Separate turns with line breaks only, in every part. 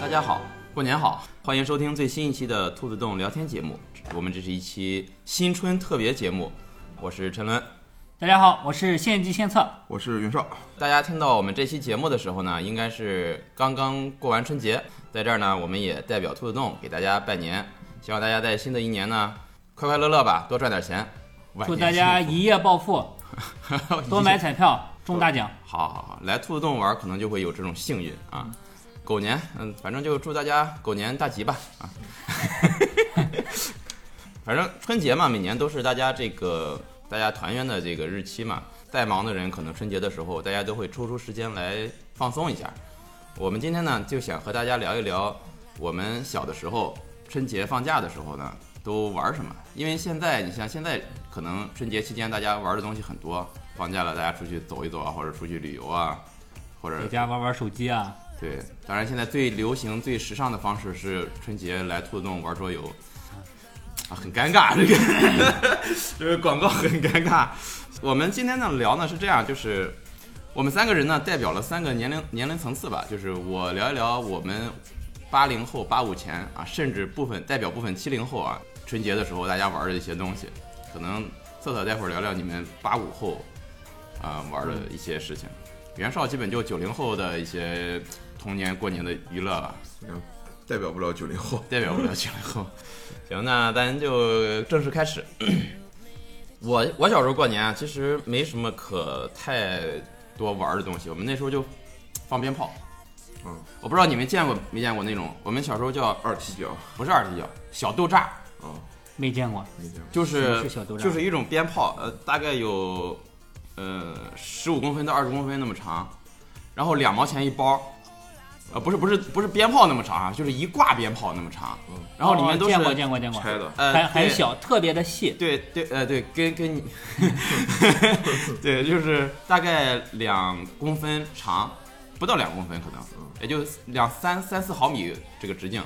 大家好，过年好，欢迎收听最新一期的兔子洞聊天节目。我们这是一期新春特别节目，我是陈伦。
大家好，我是献计献策。
我是袁绍，
大家听到我们这期节目的时候呢，应该是刚刚过完春节，在这儿呢，我们也代表兔子洞给大家拜年，希望大家在新的一年呢，快快乐乐吧，多赚点钱，晚
祝
年
大家
幸
一夜暴 富，
福
多买彩票中大奖。
好好好，来兔子洞玩可能就会有这种幸运啊。狗年，嗯，反正就祝大家狗年大吉吧啊。 反正春节嘛，每年都是大家这个大家团圆的这个日期嘛。再忙的人，可能春节的时候大家都会抽出时间来放松一下。我们今天呢，就想和大家聊一聊我们小的时候春节放假的时候呢，都玩什么？因为现在你像现在可能春节期间大家玩的东西很多，放假了大家出去走一走啊，或者出去旅游啊，或者
回家玩玩手机啊，
对，当然现在最流行、最时尚的方式是春节来兔子洞玩桌游，啊，很尴尬，这个这个广告很尴尬。我们今天呢聊呢是这样，就是我们三个人呢代表了三个年龄年龄层次吧，就是我聊一聊我们八零后、八五前啊，甚至部分代表部分七零后啊，春节的时候大家玩的一些东西，可能策策待会儿聊聊你们八五后啊、玩的一些事情。袁绍基本就九零后的一些童年过年的娱乐吧，
代表不了九零后。
代表不了九零后。 行，那咱就正式开始。 我我小时候过年啊，其实没什么可太多玩儿的东西，我们那时候就放鞭炮。
嗯，
我不知道你们见过没见过那种，我们小时候叫
二踢脚
不是二踢脚，小豆炸，
啊，
没见过。
没见过。
就
什么
是
是小豆炸
就是一种鞭炮，呃，大概有呃十五公分到二十公分那么长，然后两毛钱一包，呃，不是不是不是鞭炮那么长啊，就是一挂鞭炮那么长
嗯，
然后里面
哦
都是
见过见过见过，
拆的，
呃
很很
对
小，特别的细。
对对，呃，对，跟跟 你， 对，就是大概两公分长，不到两公分可能，
嗯
也就两三三四毫米这个直径，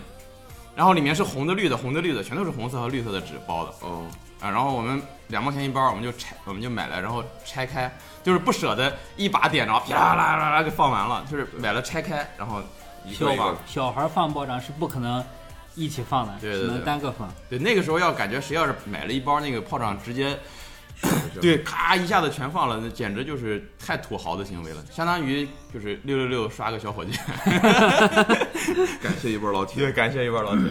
然后里面是红的、绿的、红的、绿的，全都是红色和绿色的纸包的
哦，
啊。然后我们两毛钱一包，我们就拆，我们就买来，然后拆开，就是不舍得一把点着，啪啦啦啦啦给放完了，就是买了拆开，然后一
小
个一
吧
个
小孩放爆仗是不可能一起放的，
对对
只能
对
单个放。
对，那个时候要感觉谁要是买了一包那个炮仗，直接
这样
对，咔一下子全放了，那简直就是太土豪的行为了，相当于就是六六六刷个小火 箭。
感谢一波老铁。，
感谢一波老 铁。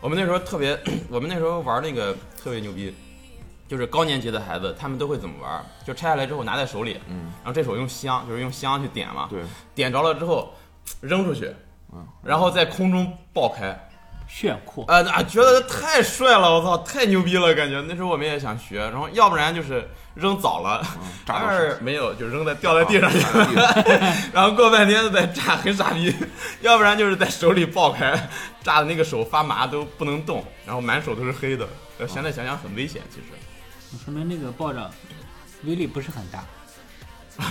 我们那时候特别，我们那时候玩那个特别牛逼，就是高年级的孩子他们都会怎么玩，就拆下来之后拿在手里，
嗯，
然后这手用香，就是用香去点嘛，
对，
点着了之后扔出去，
嗯，
然后在空中爆开，
炫酷，
啊、啊！觉得太帅了，我操，太牛逼了，感觉那时候我们也想学，然后要不然就是扔早了，
炸到
二没有就扔在掉在地 上去，
炸到啊地上
然后过半天再炸，很傻逼， 要不然就是在手里爆开，炸的那个手发麻都不能动，然后满手都是黑的，呃现在想想很危险，其实
说明那个爆仗威力不是很大。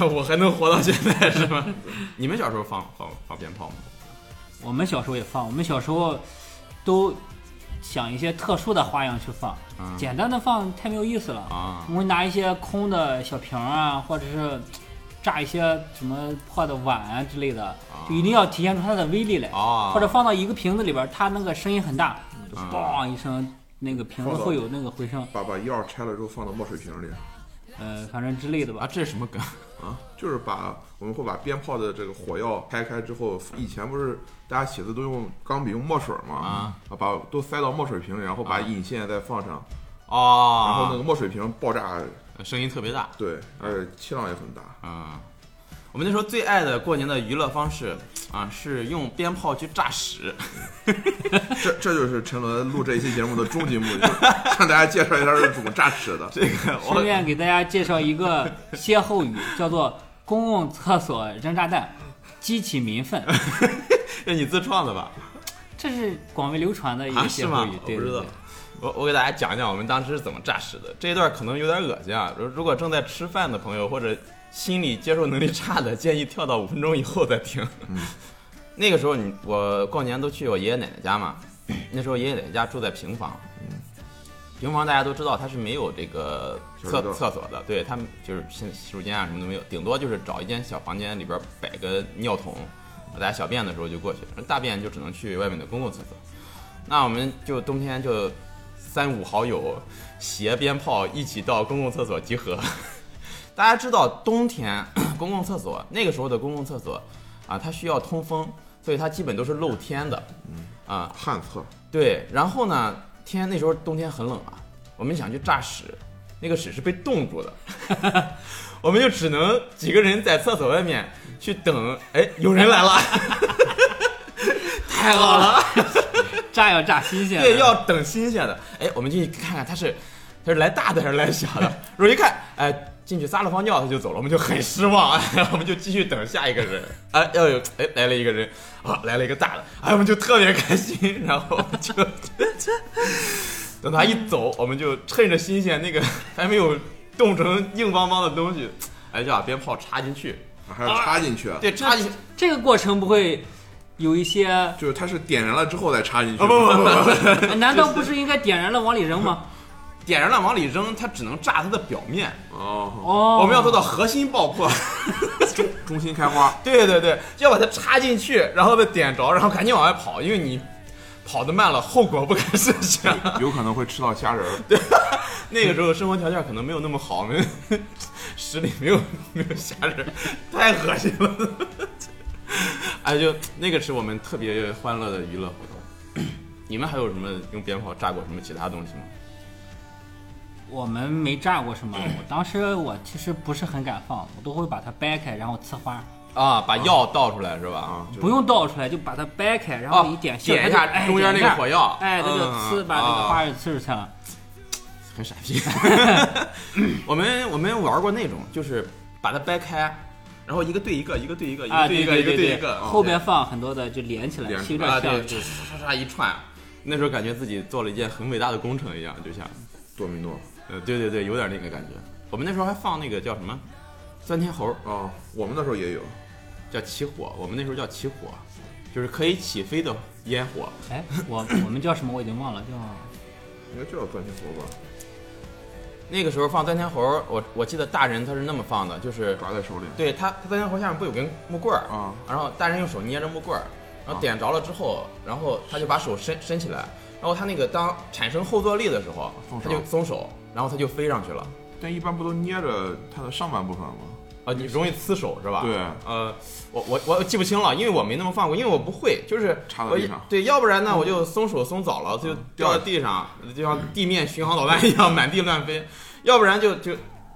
我还能活到现在是吗？ 你们小时候放放放鞭炮吗？
我们小时候也放，我们小时候都想一些特殊的花样去放，
嗯
简单的放太没有意思了。
啊
我们拿一些空的小瓶儿啊，或者是炸一些什么破的碗啊之类的，就一定要体现出它的威力来。
啊，
或者放到一个瓶子里边儿，它那个声音很大，就
嗯
嘣一声，那个瓶子会有那个回声，
把把药拆了之后放到墨水瓶里
呃，反正之类的
啊，
吧。
这是什么梗？
啊，就是把我们会把鞭炮的这个火药拆开之后，以前不是大家写字都用钢笔用墨水嘛
啊，
把都塞到墨水瓶里，然后把
啊
引线再放上，然后那
哦，
个墨水瓶爆炸，
声音特别大。
对，而且气浪 也很大。
啊，我们那时候最爱的过年的娱乐方式啊，是用鞭炮去炸屎。
这这就是陈伦录这一期节目的终极目的，就是向大家介绍一下是怎么炸 屎的。
这个
顺
我
便给大家介绍一个歇后语，叫做“公共厕所扔炸弹，激起 民愤
这你自创的吧？”，
这是广为流传的一
啊，
个
是
歇
吗
后语。？
我
对
不知
对
道
对。。
我我给大家讲讲我们当时是怎么炸屎的。这一段可能有点恶心啊，如如果正在吃饭的朋友或者心理接受能力差的，建议跳到五分钟以后再听。 那个时候你我过年都去我爷爷奶奶家嘛，那时候爷爷奶奶家住在平房，平房大家都知道它是没有这个
小
厕
人儿
厕所的，对他们就是洗洗手间啊什么都没有，顶多就是找一间小房间里边摆个尿桶，大家小便的时候就过去，大便就只能去外面的公共厕所。那我们就冬天就三五好友携鞭炮一起到公共厕所集合。 大家知道冬天 公共厕所那个时候的公共厕所啊，它需要通风，所以它基本都是露天的，啊、
旱厕，
对，然后呢，天那时候冬天很冷啊，我们想去炸屎，那个屎是被冻住的， 我们就只能几个人在厕所外面去等，哎，有人来了，太 好了，
炸要炸新鲜的，
对，要等新鲜的，哎，我们进去看看他是他是来大的还是来小的，如果一看，哎。进去撒了泡尿，他就走了，我们就很失望， 我们就继续等下一个人。啊，要有哎来了一个人，啊来了一个大的，哎我们就特别开心，然后我们就 等他一走，我们就趁着新鲜那个 还没有冻成硬邦邦的东西，哎就把鞭炮插进去，
还要插进去，啊
对，插进去，
这个过程不会有一些？
就是它是点燃了之后再插进去。
啊不不不不不，
呃难道不是应该点燃了往里扔吗？
点燃了往里扔，它只能炸它的表面，
哦，
哦，
我们要做到核心爆破。
中心开花，
对对对，要把它插进去，然后再点着，然后赶紧往外跑，因为你跑得慢了，后果不堪设想。
有可能会吃到虾仁儿。
那个时候生活条件可能没有那么好，我们 市里没有没有虾仁，太恶心了。 哎，就那个是我们特别欢乐的娱乐活动。 你们还有什么用鞭炮炸过什么其他东西吗？
我们没炸过 什么，我当时我其实不是很敢放，我都会把它掰开，然后呲花，
啊，把药倒出来是吧？
啊，就
不用倒出来，就把它掰开，然后
哦
一点
点
一
一下中间那个火药
哎，这就
嗯
呲把这
啊
个花儿呲出去了。
很傻 逼。我们我们玩过那种，就是把它掰开，然后一个对一个，一个对一个，一
啊，
个对一个，
对
一个
对
一个，哦
后边放很多的就连起来，
连
其实有
对
起
点
啊对，
像
唰唰唰唰一串。那时候感觉自己做了一件很伟大的工程一样，就像，
多米诺。
呃，对对对，有点那个感觉。我们那时候还放那个叫什么，钻天猴，
哦，我们那时候也有，
叫起火，我们那时候叫起火，就是可以起飞的烟火。
哎，我我们叫什么我已经忘了，叫
应该就叫钻心佛吧，
那个时候放钻天猴，我我记得大人他是那么放的，就是
抓在手里。
对他，他钻天猴下面不有根木棍儿
啊，
然后大人用手捏着木棍儿，然后点着了之后，然后他就把手伸伸起来，然后他那个当产生后坐力的时候
松，
他
手
就松手，然后他就飞上去了。
但一般不都捏着它的上半部分吗？啊
啊，你容易呲手是吧？
对
呃，我我我记不清了，因为我没那么放过，因为我不会，就是
插到
我
地
一
上嗯
对，要不然呢，我就松手松早了，就掉在地上，就像地面巡航导弹一样满地乱飞；要不然就就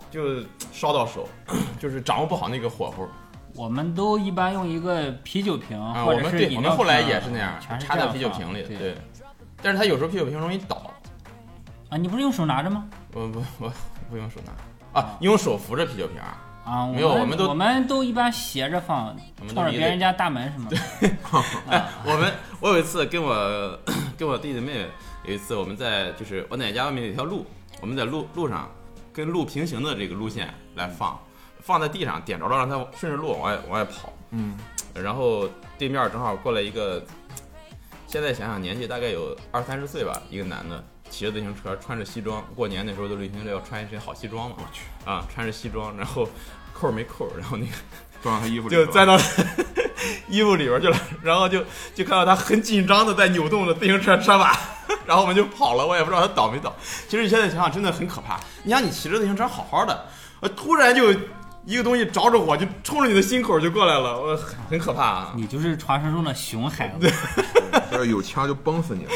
就烧到手， 就是掌握不好那个火候。
我们都一般用一个啤酒瓶
啊，
或
我
者
们
是
对，
饮料瓶啊，
我们后来也是那样，
全是
插
这
在
样
啤酒
放
瓶里，
对
对。但是它有时候啤酒瓶容易倒，
啊，你不是用手拿着吗？
我不我不用手拿啊，用手扶着啤酒瓶儿，
啊，
没有我
我
们都
我们都一般斜着放，
我们都
冲着
离
别
得
人家大门什么的。
哎， 我们我有一次跟我 跟我弟弟妹妹有一次我们在就是我奶奶家外面有一条路，我们在路路上跟路平行的这个路线来放，放在地上点着了，让它顺着路往外往外跑。
嗯，
然后对面正好过来一个，现在想想年纪大概有二三十岁吧，一个男的骑着自行车，穿着西装，过年那时候都流行着要穿一身好西装嘛
我，去，
啊，穿着西装，然后扣儿没扣儿，然后那个。
装到他衣服里
就
了
钻到 衣服里边去了，然后就就看到他很紧张的在扭动着自行车车把， 然后我们就跑了，我也不知道他倒没倒。其实你现在想想真的很可怕，你想你骑着自行车好好的，呃，突然就一个东西着着火，就冲着你的心口就过来了，我很很可怕啊！
你就是传说中的熊孩子，
他要有枪就崩死你了。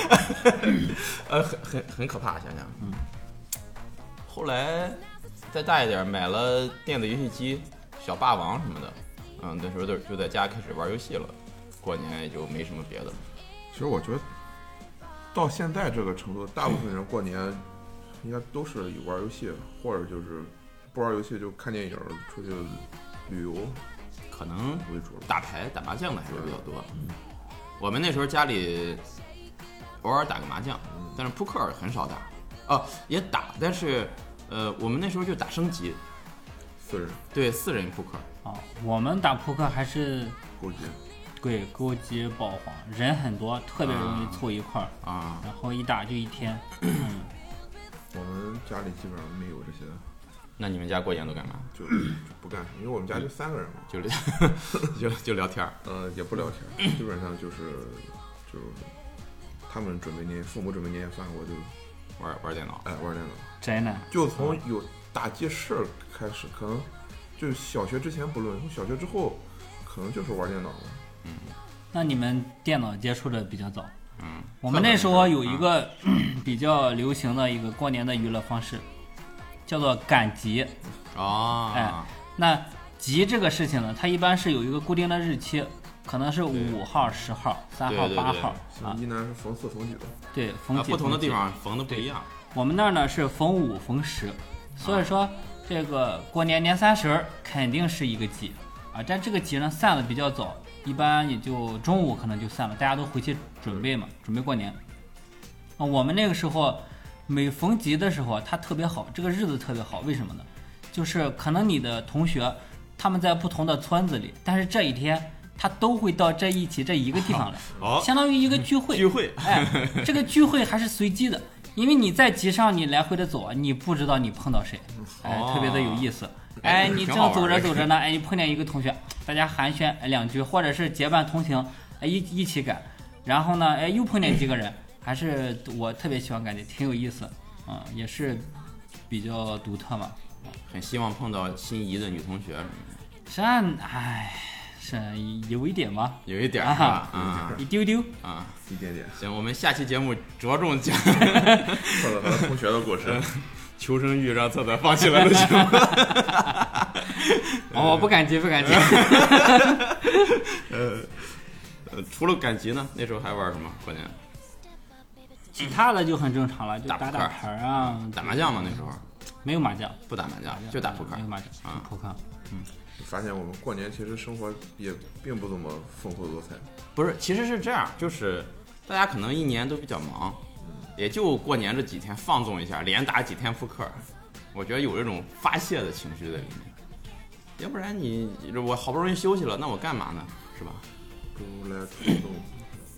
呃，很很很可怕，想想。嗯。后来再大一点，买了电子游戏机，小霸王什么的，嗯，那时候就就在家开始玩游戏了，过年也就没什么别的了。
其实我觉得，到现在这个程度，大部分人过年应该都是玩游戏，或者就是不玩游戏就看电影、出去旅游
可能
为主了。
打牌、打麻将的还是比较多。我们那时候家里偶尔打个麻将，但是扑克很少打。哦，也打，但是呃，我们那时候就打升级，
四人
对，四人扑克。
啊，我们打扑克还是
勾结，
对勾结保皇，人很多，特别容易凑一块儿，
啊、
然后一打就一天。
我们家里基本上没有这些，
那你们家过年都干嘛？
就就不干，因为我们家就三个人嘛，
就就就聊天儿。
呃，也不聊天，基本上就是就是他们准备年，父母准备年夜饭，我就
玩玩电脑。
哎玩电脑。
宅男，
就从有打记事儿开始，可能就小学之前不论，从小学之后，可能就是玩电脑了。
那你们电脑接触的比较早。
嗯，
我们那时候有
啊
一个 比较流行的一个过年的娱乐方式，叫做赶集。
哦，
哎那集这个事情呢，它一般是有一个固定的日期，可能是五号、十号、三号、
对对
八
对
号
像
啊。
一男是逢四逢几的，
对，逢
啊，
几
不同的
逢几
地方缝的不一样。
我们那儿呢是逢五逢十，所以说这个过年年三十儿肯定是一个集啊，但这个集呢散的比较早，一般也就中午可能就散了，大家都回去准备嘛，准备过年。啊，我们那个时候每逢集的时候，啊它特别好，这个日子特别好，为什么呢？就是可能你的同学他们在不同的村子里，但是这一天他都会到这一起这一个地方来，
哦，
相当于一个聚会。
聚会
哎，这个聚会还是随机的，因为你在集上你来回的走啊，你不知道你碰到谁，哎，
哦
特别的有意思。
哎
哎，你正
挺好玩
走着
的
走着呢，哎，你碰见一个同学，大家寒暄哎两句，或者是结伴同行，哎，一一起赶，然后呢，哎，又碰见几个人，还是我特别喜欢，感觉挺有意思，嗯，也是比较独特嘛。
很希望碰到心仪的女同学，
是啊，哎，是有一点吧，
有一点儿
啊
是吧？啊
一丢丢。
啊，
一点点。
行，我们下期节目着重讲
碰到他同学的故事，
求生欲让策策放弃了的情况。
哦，不敢接，不敢接。
呃，除了赶集呢，那时候还玩什么？过年
其他的就很正常了，就
打
打
扑克
打牌儿啊，
打麻将吗？那时候
没有麻将，
不打麻将，就打扑克
没有。麻将，
啊
扑克。
发现我们过年其实生活也并不怎么丰富多彩。
不是，其实是这样，就是大家可能一年都比较忙，也就过年这几天放纵一下，连打几天扑克，我觉得有这种发泄的情绪在里面。要不然你我好不容易休息了，那我干嘛呢？是吧？
不如来互动，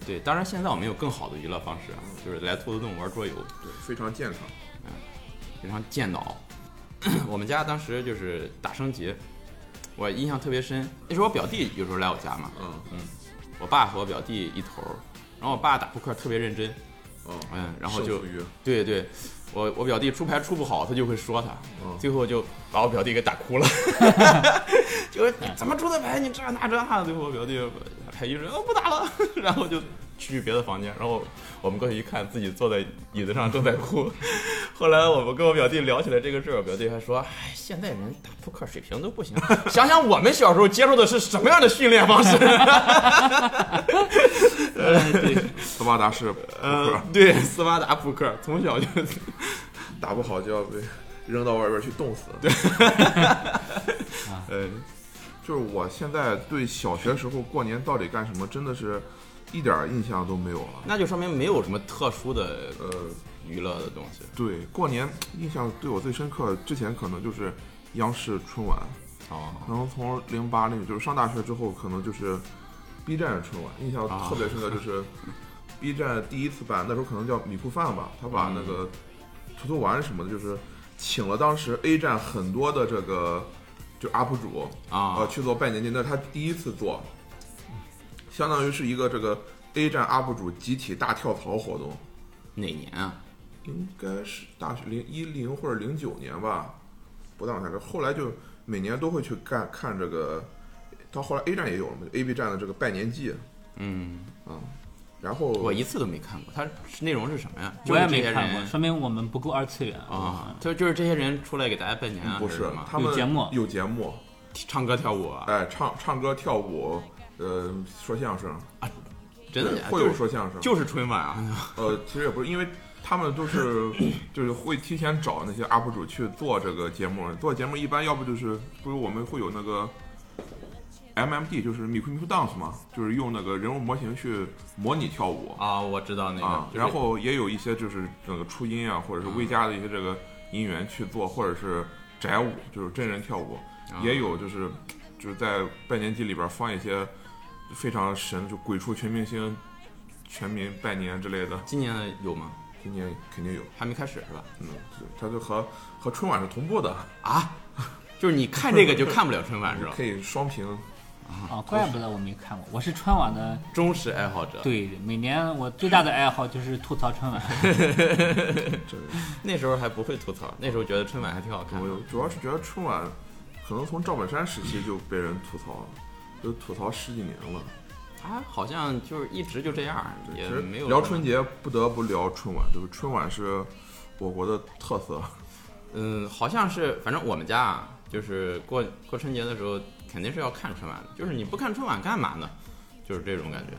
对，当然现在我们有更好的娱乐方式啊，就是来兔子洞玩桌游，
对，非常健康。
非常健脑。 我们家当时就是打升级，我印象特别深。那时候我表弟有时候来我家嘛，
嗯
我爸和我表弟一头儿，然后我爸打扑克特别认真，
嗯，
嗯，然后就
胜负欲
对对，我我表弟出牌出不好，他就会说他，
嗯
最后就把我表弟给打哭了， 就是你怎么出的牌，你这那这那，最后我表弟牌一扔，哦不打了，然后就去别的房间，然后我们过去一看，自己坐在椅子上正在哭。后来我们跟我表弟聊起来这个事儿，我表弟还说，哎，现代人打扑克水平都不行，想想我们小时候接受的是什么样的训练方式。
呃，对，
斯巴达式扑
呃
克，
对，斯巴达扑克从小就
打不好就要 被扔到外边去冻死。
呃。
就是我现在对小学时候过年到底干什么，真的是一点儿印象都没有了。
那就说明没有什么特殊的呃
呃，
娱乐的东西。
对，过年印象对我最深刻，之前可能就是央视春晚，
哦，
然后从零八年就是上大学之后，可能就是 B 站的春晚，印象
啊
特别深刻就是 B 站第一次办，那时候可能叫米铺饭吧，他把那
嗯
个图图玩什么的，就是请了当时 A 站很多的这个就 UP 主，
啊
呃，去做拜年节，那是他第一次做，相当于是一个这个 A 站 UP 主集体大跳槽活动，
哪年啊？
应该是大学零一零或者零九年吧，不大往下说。后来就每年都会去干看这个，到后来 A 站也有了嘛，A B 站的这个拜年季，
嗯，
嗯，然后
我一次都没看过。它是内容是什么呀？
我也没
就是这些
看过，
人
说明我们不够二次元
啊，就就是这些人出来给大家拜年啊，
嗯不
还
是
什么
他们
有节目
有节目，
唱歌跳舞啊，
哎，唱唱歌跳舞，呃，说相声，
真的假的
会
就
有
是
说相声，
就是春晚啊，
呃，其实也不是，因为他们都是就是会提前找那些 UP 主去做这个节目，做节目一般要不就是不是我们会有那个 MMD，就是 m i k u m i k u Dance 嘛，就是用那个人物模型去模拟跳舞
啊，我知道那
啊
个，，就是
然后也有一些就是那个初音啊，或者是微加的一些这个音源去做，或者是宅舞，就是真人跳舞，
啊
也有就是就是在拜年季里边放一些非常神，就鬼畜全明星、全民拜年之类的。
今年的有吗？
今年肯定有，
还没开始是吧？
嗯，是它就和和春晚是同步的，
啊，就是你看这个就看不了春 晚是吧？
可以双屏。
啊，怪不得我没看过，我是春晚的。
忠实爱好者，
对，每年我最大的爱好就是吐槽 春晚。
这个
那时候还不会吐槽，那时候觉得春晚还挺好看
我
的。
有主要是觉得春晚可能从赵本山时期就被人吐槽了，就吐槽十几年了。
他好像就是一直就这样，
对
也
其实
没有
聊
什么
春。节不得不聊春晚，就是春晚是我国的特色。
嗯，好像是，反正我们家啊，就是过过春节的时候肯定是要看春晚的，就是你不看春晚干嘛呢？就是这种感觉。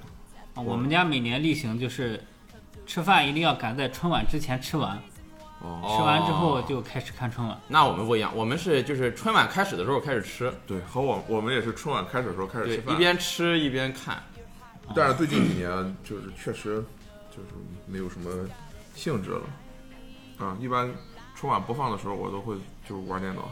啊我们家每年例行就是，吃饭一定要赶在春晚之前吃完，
哦，
吃完之后
哦
就开始看春晚。
那我们不一样，我们是就是春晚开始的时候开始吃，
对，和我我们也是春晚开始的时候开始
对，
吃饭
一，边吃一边看。
但是最近几年就是确实就是没有什么兴致了。啊，一般春晚播放的时候，我都会就是玩电脑。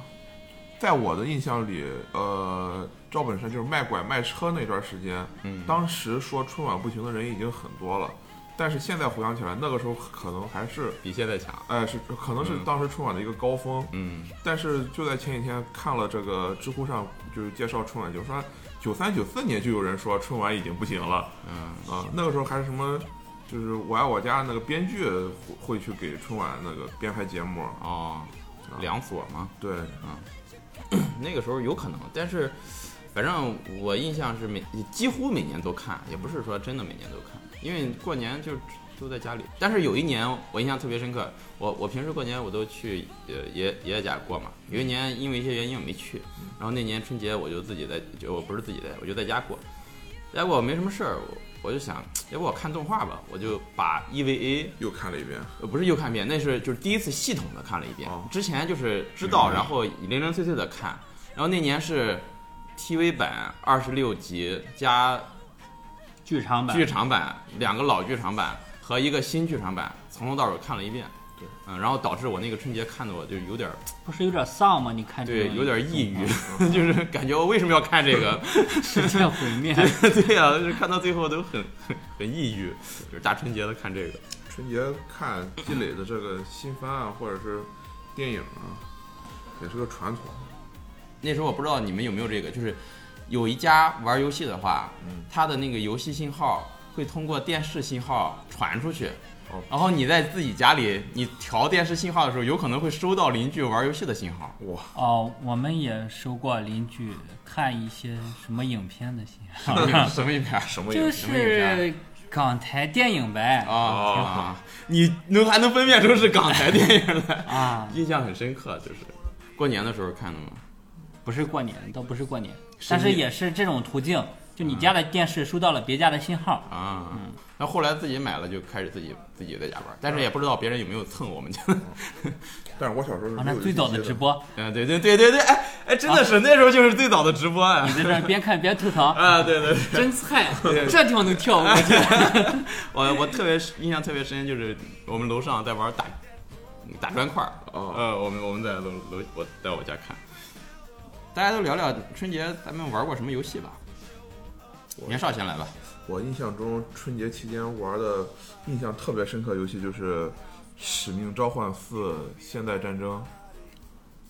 在我的印象里，呃，赵本山就是卖拐卖车那段时间，
嗯，
当时说春晚不行的人已经很多了，但是现在回想起来，那个时候可能还是，
比现在强。
哎，是可能是
嗯
当时春晚的一个高峰。
嗯，
但是就在前几天看了这个知乎上就是介绍春晚，就说九三九四年就有人说春晚已经不行了
嗯
啊、那个时候还是什么，就是《我爱我家》那个编剧会会去给春晚那个编排节目，
哦，两所吗？
对，
那个时候有可能，但是反正我印象是每几乎每年都看，也不是说真的每年都看，因为过年就都在家里。但是有一年我印象特别深刻，我我平时过年我都去呃爷爷爷家过嘛，有一年因为一些原因我没去，然后那年春节我就自己在，就我不是自己在，我就在家过，在家过我没什么事儿，我我就想要不我看动画吧，我就把 E EVA
又看了一遍，
呃，不是又看一遍，那是就是第一次系统的看了一遍，
哦
之前就是知道，
明白
然后零零碎碎的看，然后那年是 TV 版二十六集加
剧场版
剧场版两个老剧场版和一个新剧场版，从头到尾看了一遍。
对，
嗯，然后导致我那个春节看的我就有点儿
不是有点丧吗？你看这
对
个
有 点抑郁，
嗯
就是感觉我为什么要看这个？
世界毁灭。
对呀、就是看到最后都很很很抑郁，就是大春节的看这个。
春节看积累的这个新番啊，或者是电影啊，也是个传统。
那时候我不知道你们有没有这个，就是有一家玩游戏的话，
嗯
它的那个游戏信号会通过电视信号传出去
哦。
然后你在自己家里，你调电视信号的时候，有可能会收到邻居玩游戏的信 号。
哇，
哦，我们也收过邻居看一些什么影片的信号，
啊什么一片？什么
就
什么影片
是港台电影呗
啊啊！你能还能分辨出是港台电影来，
啊，
印象很深刻。就是过年的时候看的嘛。
不是过年，倒不是过年，
是
但是
你
也是这种途径，就你家的电视收到了别家的信号，
啊，那后来自己买了，就开始自己自己在家玩，但是也不知道别人有没有蹭我们家。
但是我小时候是
啊，
没
那
有
最早
游
的
戏机
直播，
嗯，对对对对对，哎哎，真的是、那时候就是最早的直播啊
你！在这儿边看边吐 槽，
啊，对对对，
真菜， 这地方能跳舞，
我我特别印象特别深，就是我们楼上在玩打打砖块儿，
哦
呃，我们我们在楼楼我在我家看，大家都聊聊春节咱们玩过什么游戏吧。
我
年少先来吧，
我印象中春节期间玩的印象特别深刻的游戏就是《使命召唤四：现代战争》，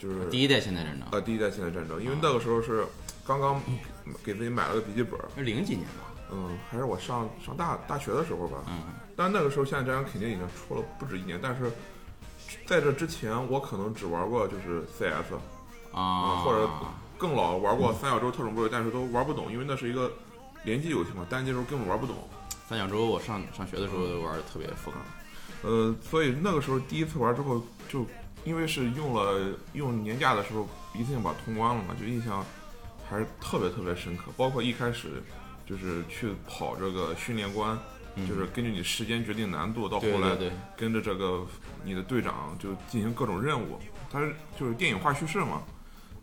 就是
第一代现代战争，
呃第一代现代战争，因为那个时候是刚刚给自己买了个笔记本，
是零几年吧？
嗯，还是我上上大大学的时候吧。
嗯，
但那个时候现代战争肯定已经出了不止一年，但是在这之前我可能只玩过就是 CS，
啊，
或者更老玩过三角洲特种部队，但是都玩不懂，因为那是一个联机游戏嘛，单机的时候根本玩不懂。
三角洲，我上上学的时候玩的特别疯，
呃，所以那个时候第一次玩之后，就因为是用了用年假的时候一次性把通关了嘛，就印象还是特别特别深刻。包括一开始就是去跑这个训练关，
嗯
就是根据你时间决定难度，到后
对
来
对对，
跟着这个你的队长就进行各种任务，它是就是电影化叙事嘛。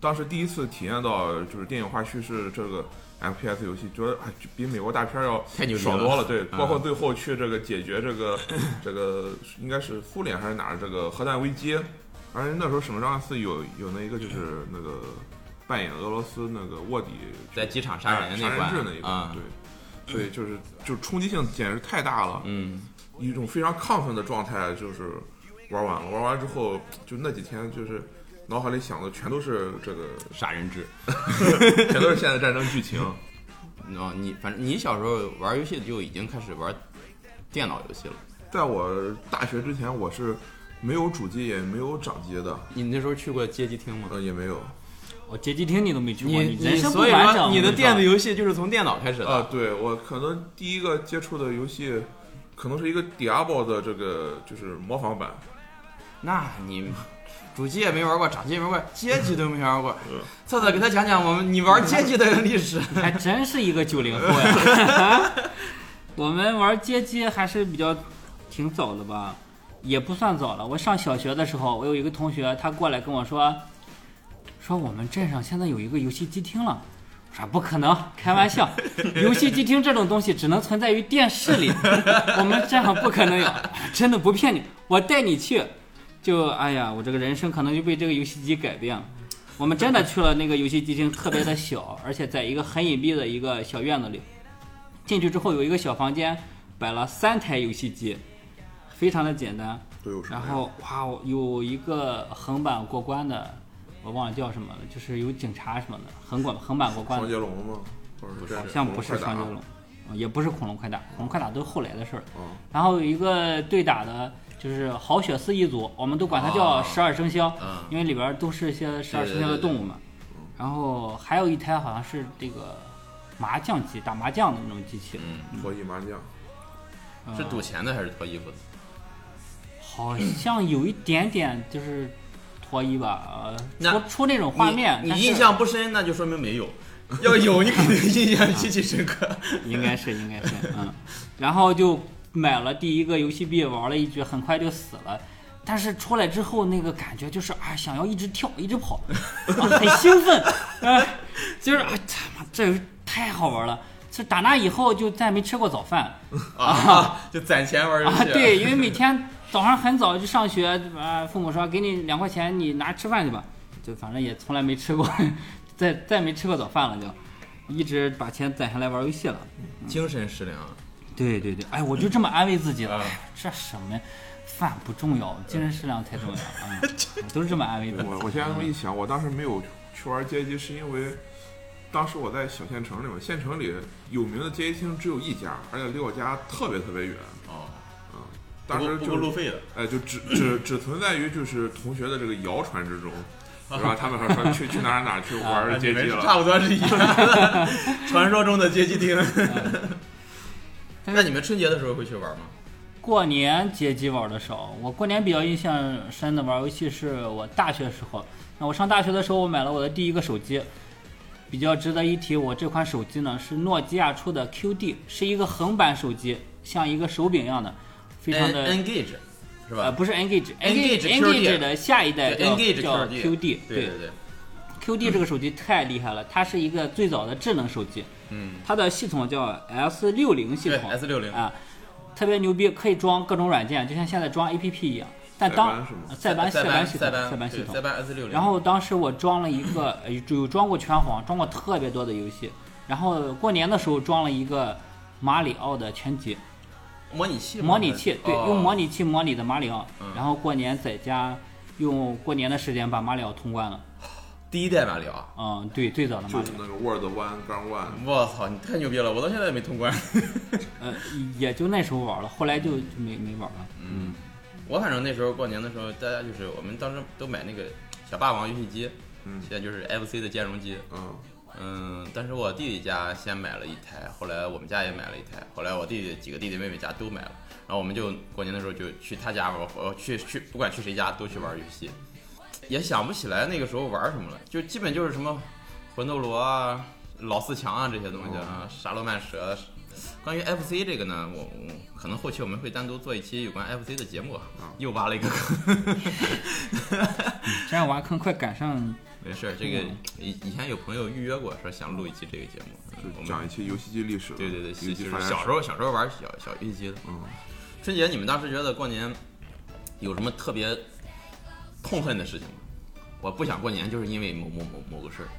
当时第一次体验到就是电影化叙事这个 FPS 游戏，觉得哎就比美国大片儿要
太牛逼
爽多了，对，
嗯
包括最后去这个解决这个这个应该是苏联还是哪儿这个核弹危机，而且那时候《使命召唤四》有有那一个就是那个扮演俄罗斯那个卧底
在机场杀人
啊杀
那
人
关
质那一，个，
啊，
对，所以就是就冲击性简直太大了。
嗯，
一种非常亢奋的状态，就是玩完了。玩完之后，就那几天就是脑海里想的全都是这个，
杀人制。
全都是现代战争剧情。
哦，你反正你小时候玩游戏就已经开始玩电脑游戏了。
在我大学之前，我是没有主机也没有掌机的，
你那时候去过街机厅吗？
呃，也没有。
我街机厅你都没去过，
你
人生不
所以
完整。
说你的电子
游
游戏就是呃从电脑开始的。
啊，对我可能第一个接触的游戏，可能是一个 Diablo 的这个就是模仿版。
那你主机也没玩过，掌机也没玩过，街机都没玩过
嗯。
策策给他讲讲我们你玩街机的历史。
还真是一个九零后呀。 我们玩街机还是比较挺早的吧，也不算早了。我上小学的时候，我有一个同学，他过来跟我说，说我们镇上现在有一个游戏机厅了。我说不可能，开玩笑，游戏机厅这种东西只能存在于电视里， 我们镇上不可能有， 真的不骗你，我带你去。就哎呀，我这个人生可能就被这个游戏机改变了。我们真的去了那个游戏机厅，特别的小， 而且在一个很隐蔽的一个小院子里。进去之后有一个小房间，摆了三台游戏机，非常的简单。
都有什么
然
呀？
后哇，有一个横版过关的，我忘了叫什么了，就是有警察什么的，横管横版过关
双
的，
截龙吗？或者是
好像不是双截
龙
龙，嗯也不是恐龙快打，恐龙快打都是后来的事儿。
快打啊？
然后有一个对打的，就是好血丝一族，我们都管它叫
哦
十二生肖。
嗯，
因为里边儿都是一些十二生肖的动物嘛。然后还有一台好像是这个麻将机，打麻将的那种机器，
嗯
脱衣麻将，
嗯
是赌钱的还是脱衣服的？
好像有一点点就是脱衣吧，
那
呃，出出那种画面，
你
但
你
是
印象不深，那就说明没有。 要有，你肯定印象极其深刻。
应该是应该是，嗯，然后就买了第一个游戏币，玩了一局，很快就死了。但是出来之后，那个感觉就是啊，想要一直跳，一直跑，啊、很兴奋，啊，就是啊，他妈这游戏太好玩了！就打那以后就再没吃过早饭，
啊，就攒钱玩游戏。
啊，对，因为每天早上很早就上学，啊，父母说给你两块钱，你拿吃饭去吧，就反正也从来没吃过， 再再没吃过早饭了就，一直把钱攒下来玩游戏了。
精神食粮。啊
对对对，哎，我就这么安慰自己了，
嗯
哎这什么呀饭不重要，精神食粮才重要啊！我都是这么安慰自己。
我我现在这么一想，我当时没有去玩街机，是因为当时我在小县城里嘛，县城里有名的街机厅只有一家，而且离我家特别特别远。嗯
哦，
当时
不不
就
路
是
费的。
哎，就只只只存在于就是同学的这个谣传 之中，是吧？他们还说去去哪儿哪儿去
啊
玩街机了。
差不多是一样的， 传说中的街机厅。那你们春节的时候会去玩吗？
过年街机玩的少，我过年比较印象深的玩游戏是我大学时候。那我上大学的时候，我买了我的第一个手机。比较值得一提，我这款手机呢是诺基亚出的 QD，是一个横版手机，像一个手柄一样的，非常
N
的
Engage 是
呃
吧？
不是 Engage
Engage
Engage
QD
的下一代
对
叫
Engage
叫
QD
QD，
对对，
QD 这个手机太厉害了，它是一个最早的智能手机，
嗯，
它的系统叫 S 六零系
对
统
S 六零
啊，特别牛逼，可以装各种软件，就像现在装 APP 一样。但当
塞班
塞
呃塞班塞
是吗
班
班
系
塞
统
班
塞班系统
塞，班 S 六零。
然后当时我装了一个，呃有装过拳皇，装过特别多的游戏，然后过年的时候装了一个马里奥的全集，
模拟器吗，
模拟器，对，
哦
用模拟器模拟的马里奥
嗯，
然后过年在家用过年的时间把马里奥通关了，
第一代马里奥。
嗯，对，最早的马
就
里
是
奥。
那个 Word One 杠 One，
我操，你太牛逼了！我到现在也没通关。
呃，也就那时候玩了，后来就没没玩了。
嗯，我反正那时候过年的时候，大家就是我们当时都买那个小霸王游戏机，
嗯
现在就是 FC 的兼容机。
嗯，
嗯，但是我弟弟家先买了一台，后来我们家也买了一台，后来我弟弟几个弟弟妹妹家都买了，然后我们就过年的时候就去他家玩，我去去不管去谁家都去玩游戏，也想不起来那个时候玩什么了，就基本就是什么魂斗罗啊、老四强啊这些东西
哦
啊，沙罗曼蛇。关于 FC 这个呢，我我可能后期我们会单独做一期有关 FC 的节目，啊
啊，
又挖了一个坑。
这样挖坑快赶上，
没事儿，这
嗯
个以以前有朋友预约过，说想录一期这个节目，嗯我
就
们
讲一期游戏机历史。
对对对，
游
就
戏机
是
发展
小时候小时候玩小小游戏机的。
嗯，
春节你们当时觉得过年有什么特别痛恨的事情吗？我不想过年，就是因为某某某某个事儿。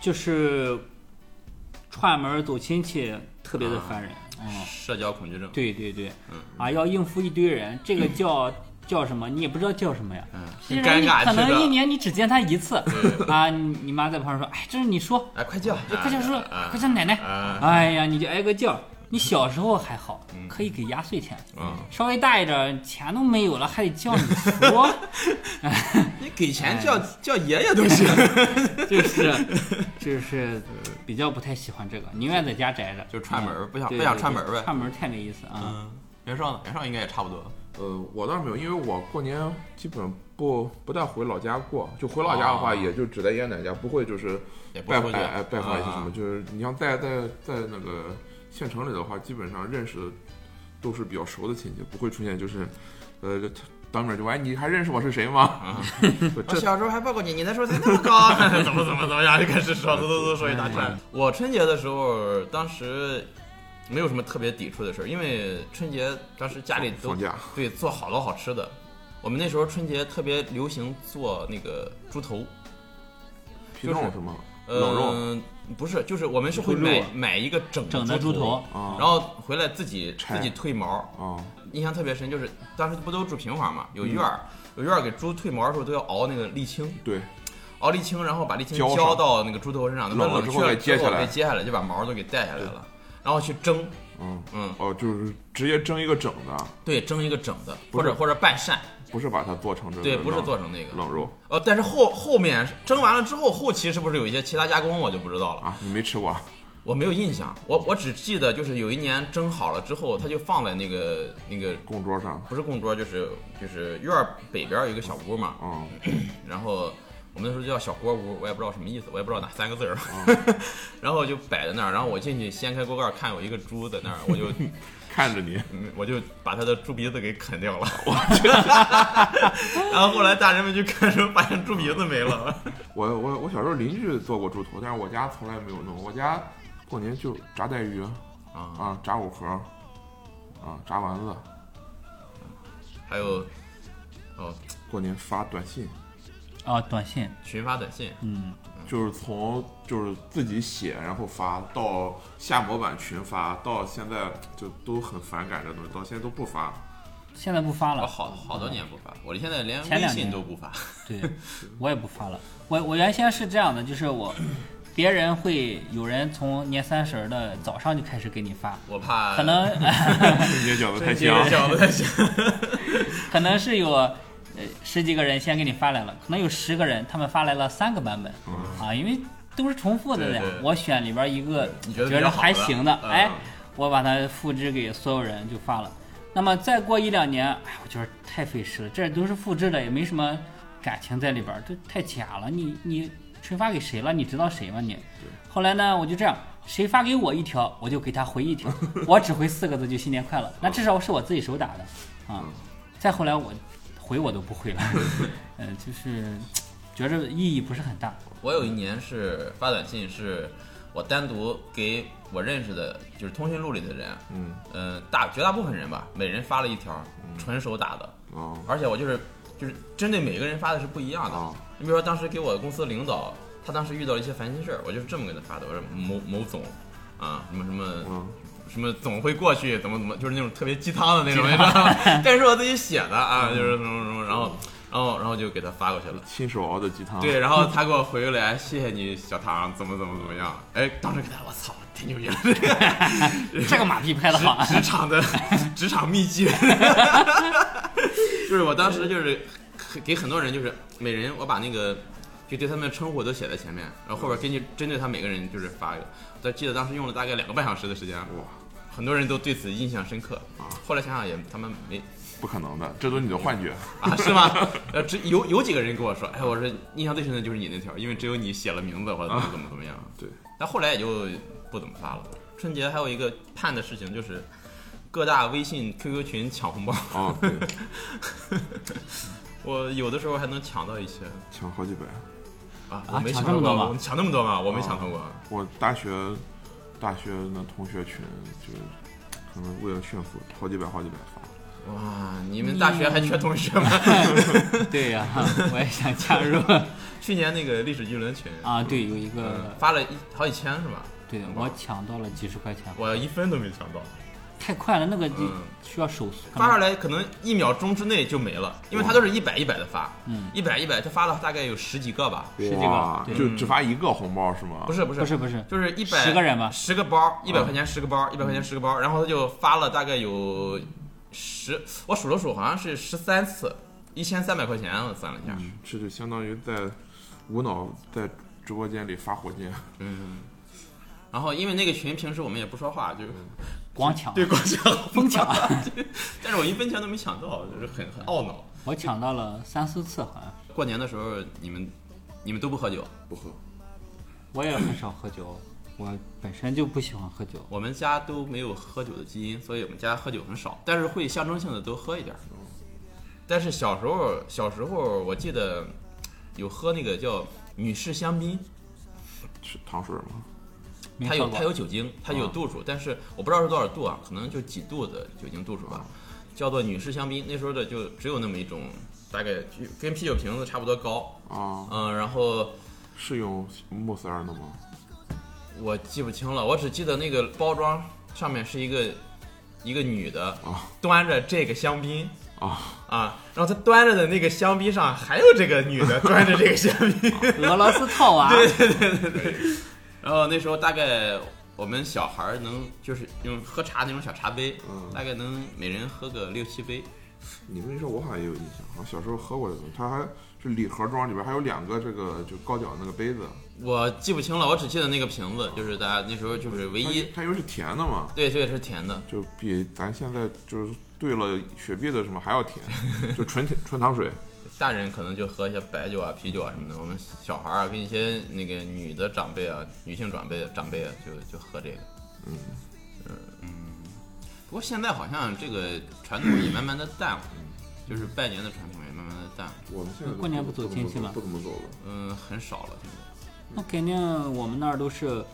就是串门走亲戚特别的烦人。嗯，
社交恐惧症。
对对对
啊嗯，
啊，要应付一堆人，这个叫叫什么？你也不知道叫什么呀。
嗯，
这
很
人
尴
你
尬，觉
可能
得
一年你只见他一次啊！你你妈在旁边说：“哎，这是你说，
哎，快叫，
快叫叔叔，快
啊
叫奶奶。”
啊，
哎呀，你就挨个叫。你小时候还好，
嗯
可以给压岁钱，
嗯
稍微大一点钱都没有了，还得 叫你叔，
你给钱
哎
叫叫爷爷都 行。
就是就是比较不太喜欢这个，宁愿在家宅着，
就串门儿
嗯
不想
对
不想
对
串
对
门儿呗
串门儿太没意思啊。
嗯，袁绍呢？袁绍应该也差不多。
呃，我倒是没有，因为我过年基本不不大回老家过，就回老家的话，
哦
也就只在爷爷奶奶家，不会就是
也不
拜
出去
拜哎拜访一些
啊
什么，就是你像在在在那个县城里的话，基本上认识的都是比较熟的亲戚，不会出现就是呃就当面就哎你还认识我是谁吗？
啊
不
我
这
小时候还抱过你，你那时候才那么高，啊 怎么怎么怎么样，就开始 说嘟嘟嘟说一
嗯
大串。我春节的时候，当时没有什么特别抵触的事儿，因为春节当时家里都
放假
对做好多好吃的。我们那时候春节特别流行做那个猪头，
皮
就是
冻是吗？
呃、
冷肉
不是，就是我们是会
猪肉
买
啊
买一个整
整
的
的猪头
头，，
啊
然后回来自己
拆
自己褪毛，
啊
印象特别深，就是当时不都住平房嘛，有院儿，
嗯
有院儿给猪褪毛的时候都要熬那个沥青，
对，
熬沥青，然后把沥青
浇上
浇到那个猪头身上，它
冷了
冷
之
却
后
了
再揭
之后
下来
被揭下来就把毛都给带下来了，然后去蒸，
嗯
嗯，
哦就是直接蒸一个整的，
对，蒸一个整的，
不
或
是嗯
者或者半扇，
不是把它做成这个
对，不是
冷
做成那个，
冷肉
呃，但是后后面蒸完了之后，后期是不是有一些其他加工，我就不知道了，
啊，你没吃过啊？
我没有印象，我我只记得就是有一年蒸好了之后，它就放在那个那个
供桌上，
不是供桌，就是就是院儿北边儿有一个小屋嘛，
嗯，
然后我们那时候叫小锅屋，我也不知道什么意思，我也不知道哪三个字儿，
嗯
然后就摆在那儿，然后我进去掀开锅盖儿看有一个猪在那儿，我就
看着你，
嗯我就把它的猪鼻子给啃掉了， 我去，然后后来大人们去看时候发现猪鼻子没了，
我我我小时候邻居做过猪头，但是我家从来没有弄，我家过年就炸带鱼
啊，
啊，炸五盒啊，炸丸子，
还有哦
过年发短信，
嗯
啊，短信，
群发短信，
嗯，
就是从就是自己写然后发到下模板群发，到现在就都很反感这东西，到现在都不发。
现在不发
我
了，
好好多年不发，我现在连
前
哦微
两
信
年
都不发，
对，我也不发了。我我原先是这样的，就是我，别人会有人从年三十儿的早上就开始给你发，
我怕
可能、
春节饺子
太
太香，
小不太行，
可能是有呃十几个人先给你发来了，可能有十个人他们发来了三个版本、啊，因为都是重复的
嗯
呀
对对。
我选里边一个
你觉得比较
得
好
还
的
行的，
嗯
哎，我把它复制给所有人就发了。那么再过一两年，哎，我觉得太费事了，这都是复制的，也没什么感情在里边儿，这太假了。你你群发给谁了？你知道谁吗你？后来呢，我就这样，谁发给我一条，我就给他回 一条，我只回四个字，就新年快乐。那至少是我自己手打的
嗯
啊。再后来我回我都不 回了，嗯、就是觉着意义不是很 大。
我有一年是发短信，是我单独给我认识的，就是通讯录里的人，
嗯，
嗯、大绝大部分人吧，每人发了一条，纯手打的，
哦，
而且我就是就是针对每个人发的是不一样的。
哦
你比如说当时给我公司领导，他当时遇到一些烦心事儿，我就是这么给他发的，我说某某总啊，什么什么。
嗯，
什么总会过去，怎么怎么，就是那种特别鸡汤的那种，你知道吗？ 这是我自己写的啊，就是什么什么，然后，然后，然后就给他发过去了。
亲手熬的鸡汤，
对，，然后他给我回来，谢谢你，小唐，怎么怎么怎么样？哎，当时给他，我操，太牛逼了！这个
这个马屁拍的好啊，
职场的职场秘籍， 就是我当时就是给很多人，就是每人我把那个就对他们的称呼都写在前面，然后后边根据针对他每个人就是发一个。我记得当时用了大概两个半小时的时间，
哇，
很多人都对此印象深刻
啊。
后来想想也，他们没
不可能的，这都是你的幻觉。
啊， 是吗？呃，只有有几个人跟我说，哎，我说印象最深的就是你那条，因为只有你写了名字或者怎么
啊
怎么怎么样。
对，
但后来也就不怎么发了。春节还有一个盼的事情就是，各大微信、QQ 群抢红包，
哦，对，
我有的时候还能抢到一些
抢好几百。
啊，
啊
我没
抢
到
这么多
过
吗哦
我抢那么多吗？我没抢到过。
我大学大学那同学群就是可能为了炫富，好几百好几百发。
哇，你们大学还缺同学吗？
对呀、我也想加入
去年那个历史巨轮群，
啊。对，有一
嗯
个，
发了一好几千是吧？
对我抢到了几十块钱，
我一分都没抢到。
太快了，那个就
嗯
需要手速。
发上来可能一秒钟之内就没了，因为它都是一百一百的发，
嗯，
一百一百，他发了大概有十几个吧，
十几个
哇，
对
就只发一个红包是吗？
不是不是
不是不是，
就是一百
10个人啊吧
十个包，一百块钱十个包，一百块钱十个包，然后他就发了大概有十，我数了数，好像是十三次，一千三百块钱，我算了一下，
嗯，这就相当于在无脑在直播间里发火箭。
嗯。然后因为那个群平时我们也不说话，就
光抢，
对光抢
疯抢，
但是我一分钱都没抢到，就是很很懊恼。
我抢到了三四次，好像
过年的时候你们你们都不喝酒，
不喝，
我也很少喝酒，我本身就不喜欢喝酒。
我们家都没有喝酒的基因，所以我们家喝酒很少，但是会象征性的都喝一点儿。但是小时候，小时候我记得有喝那个叫女士香槟，
是糖水吗？
没
它
喝
有
过
它有酒精，它有
啊
度数，但是我不知道是多少度啊，可能就几度的酒精度数吧，叫做女士香槟。那时候的就只有那么一种，大概就跟啤酒瓶子差不多高，
啊，
嗯，然后
是用慕斯二的吗？
我记不清了，我只记得那个包装上面是一个一个女的
啊
端着这个香槟。
啊，
啊，然后他端着的那个香槟上还有这个女的端着这个香槟，
俄罗斯套娃，
然后那时候大概我们小孩儿能就是用喝茶那种小茶杯，
嗯
大概能每人喝个六七杯，
你们一说，我好像也有印象，我小时候喝过这个，它还是礼盒装，里边还有两个这个就高脚那个杯子，
我记不清了，我只记得那个瓶子，就是大家那时候就是唯一，
它它因为是甜的嘛，
对对是甜的，
就比咱现在就是兑了雪碧的什么还要甜，就纯甜纯糖水。
大人可能就喝一些白酒啊、啤酒啊什么的，我们小孩儿啊跟一些那个女的长辈啊、女性长辈长辈啊，就就喝这个。
嗯
呃，嗯。不过现在好像这个传统也慢慢的淡了，就是拜年的传统也慢慢的淡了，
我们现在
过年不走亲戚吗
不怎么走了，
嗯，很少了。现在
那肯定我们那儿都是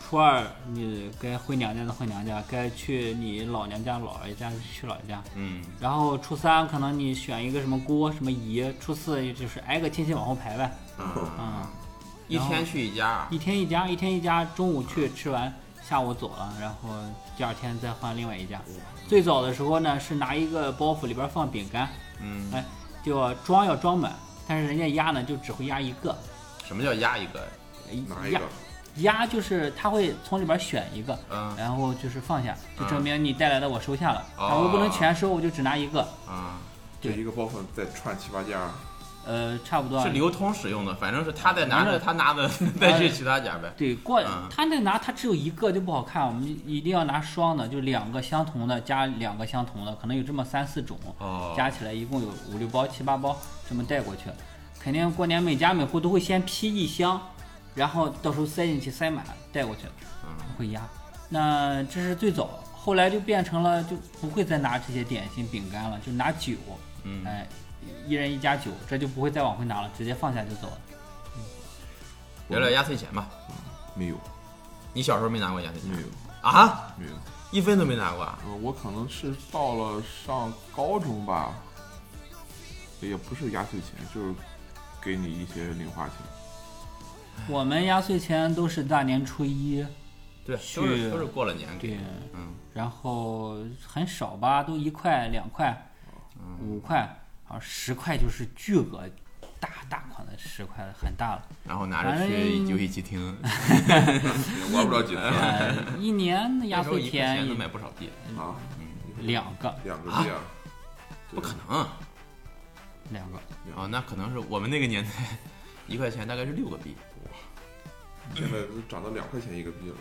初二你该回娘家的回娘家，该去你老娘家姥爷家就去姥爷家，
嗯，
然后初三可能你选一个什么姑什么姨，初四就是挨个亲戚往后排呗，
啊，
嗯，
一
然
天
后
去一家，啊
一天一家，一天一家，中午去吃完，下午走了，然后第二天再换另外一家。最早的时候呢，是拿一个包袱里边放饼干，
嗯，
哎，就要装要装满，但是人家压呢就只会压一个，
什么叫压一个呀？
拿一
压
个
压就是他会从里边选一个，
嗯
然后就是放下，就
嗯
证明你带来的我收下了，
哦
然后我不能全收，我就只拿一个，
啊，
就
对
一个包袱再串七八件，
呃，差不多啊
是流通使用的，反正是他在拿
嗯
着，他拿的再去其他家呗。
对，过
嗯
他那拿他只有一个就不好看，我们一定要拿双的，就两个相同的加两个相同的，可能有这么三四种，
哦
加起来一共有五六包七八包，这么带过去，肯定过年每家每户都会先批一箱，然后到时候塞进去塞满带过去，
嗯
会压。那这是最早，后来就变成了就不会再拿这些点心饼干了，就拿酒，
嗯
哎，一人一家酒，这就不会再往回拿了，直接放下就走了。
聊聊压岁钱吧，
没有
你小时候没拿过压岁钱
没有
嗯
啊？
没有，
一分都没拿过啊？
呃，我可能是到了上高中吧，也不是压岁钱，就是给你一些零花钱。
哎
我们压岁钱都是大年初一，
对，
去
都是都是过了年给
对
的。，嗯，
然后很少吧，都一块、两块、五块，啊，十块就是巨额大大款的十块，很大了。
然后拿着
反
去
正
游戏机厅，
玩不了几天
呃，一年的
那
压
时候
岁
一块钱
钱
能买不少地，
啊，
两个，
两个币啊，
不可能啊！
两个，
啊那可能是我们那个年代，一块钱大概是六个币，
现在都涨到两块钱一个币了。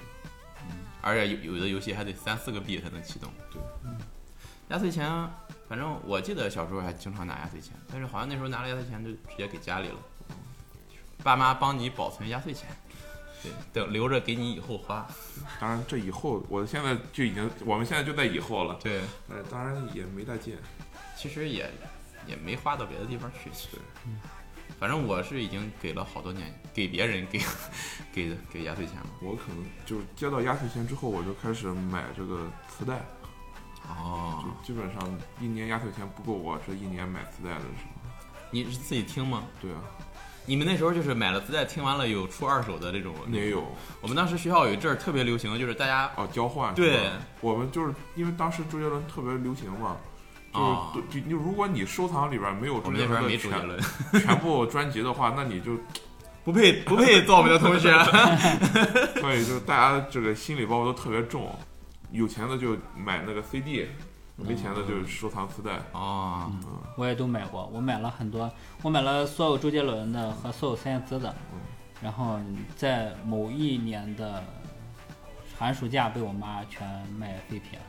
而且有有的游戏还得三四个币才能启动。
对，
压岁钱，反正我记得小时候还经常拿压岁钱，但是好像那时候拿了压岁钱就直接给家里了，爸妈帮你保存压岁钱，对，等留着给你以后花。
当然，这以后我现在就已经，我们现在就在以后了。
对，
呃，当然也没大见，
其实也也没花到别的地方去。
对，
嗯反正我是已经给了好多年，给别人给 给的给压岁钱了。
我可能就是接到压岁钱之后，我就开始买这个磁带，
哦
就，基本上一年压岁钱不够我这一年买磁带的时候。
你是自己听吗？
对啊，
你们那时候就是买了磁带，听完了有出二手的这种
也有
我们当时学校有一阵儿特别流行的，就是大家
哦，交换是
对
吧我们就是因为当时周杰伦特别流行嘛，
哦
就是对你如果你收藏里边没有
我
周
们
杰
那边
伦的
没周杰
全
伦，
全部专辑的话，那你就
不配不配做我们的同 学。
所以就大家这个心理包袱都特别重，有钱的就买那个 CD，没钱的
嗯
就收藏磁带。
哦，
我也都买过，我买了很多，我买了所有周杰伦的和所有孙燕姿的，然后在某一年的寒暑假被我妈全卖废品。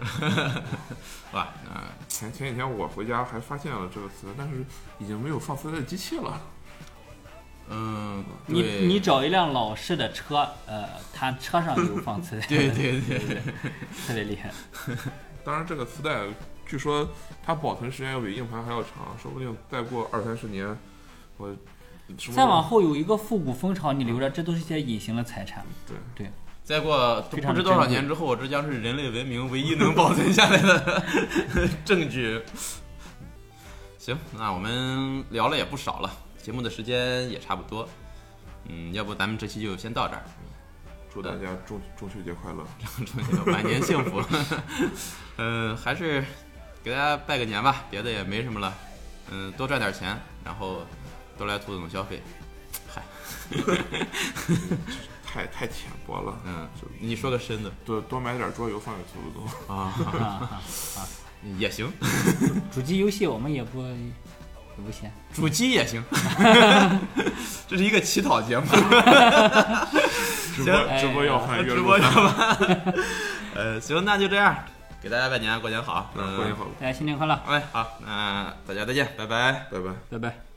哇，那
前前几天我回家还发现了这个磁带，但是已经没有放磁带的机器了。
嗯，
你
对
你找一辆老式的车，呃，它车上有放磁带，
对对对，
特别厉害。
当然，这个磁带据说它保存时间要比硬盘还要长，说不定再过二三十年，我什么
再往后有一个复古风潮，你留着，这都是一些隐形的财产。
对
对，
再过
非
不
常
知多少年之后，这将是人类文明唯一能保存下来的 证据。行，那我们聊了也不少了，节目的时间也差不多。嗯，要不咱们这期就先到这儿，
祝大家中中秋节快乐！
祝 你们晚年幸福。嗯，还是给大家拜个年吧，别的也没什么了。嗯，多赚点钱，然后多来兔总消费。嗨，
太太浅薄了，
嗯，你说个深的
多多买点桌游放给兔子总。
啊，
啊啊啊！
也行，
主机游戏我们也不也不嫌。
主机也 行。这是一个乞讨节 目。啊
直播直播要换月
哎直
入
播，间吧。 呃，行，那就这样，给大家拜年，过年好，嗯、
嗯过年好，
大家新年快乐，
哎，好，那大家再见，拜拜。
拜
拜
拜。
拜。